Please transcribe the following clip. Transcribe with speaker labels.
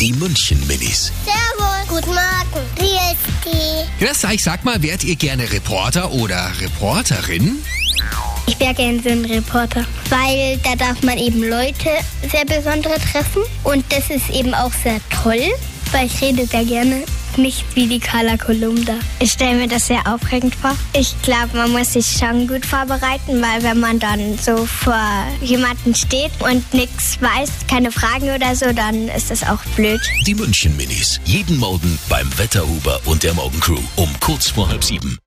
Speaker 1: Die München Minis.
Speaker 2: Servus. Guten Morgen. Wie ist die?
Speaker 1: Grüß euch, sag mal, wärt ihr gerne Reporter oder Reporterin?
Speaker 2: Ich wäre gerne so ein Reporter, weil da darf man eben Leute sehr besondere treffen und das ist eben auch sehr toll, weil ich rede sehr gerne. Nicht wie die Carla Kolumna. Ich stelle mir das sehr aufregend vor. Ich glaube, man muss sich schon gut vorbereiten, weil wenn man dann so vor jemanden steht und nichts weiß, keine Fragen oder so, dann ist das auch blöd.
Speaker 1: Die München Minis. Jeden Morgen beim Wetterhuber und der Morgencrew um kurz vor halb sieben.